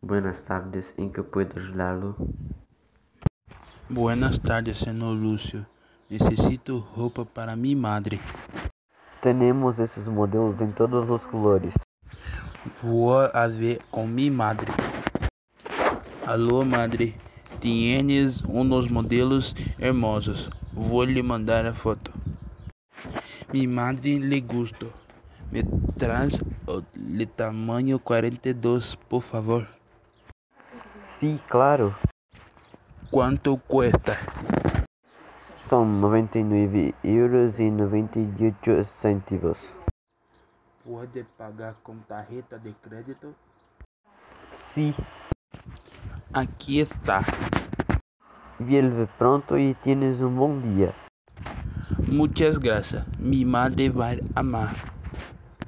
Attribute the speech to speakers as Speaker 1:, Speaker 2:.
Speaker 1: Buenas tardes, ¿en qué puedo ayudarlo?
Speaker 2: Buenas tardes, senhor Lúcio. Necessito roupa para minha madre.
Speaker 1: Tenemos esos modelos en todos los colores.
Speaker 2: Vou a ver com minha madre. Alô, madre. Tienes unos modelos hermosos. Vou lhe mandar a foto. Minha madre lhe gusta. Me traz o de tamanho 42, por favor.
Speaker 1: Sí, claro.
Speaker 2: Quanto cuesta?
Speaker 1: Son 99 euros y 98 céntimos.
Speaker 2: Pode pagar com tarjeta de crédito?
Speaker 1: Sí,
Speaker 2: Aqui está.
Speaker 1: vuelve pronto um y tienes un buen día.
Speaker 2: Muitas graças. Minha madre vai amar.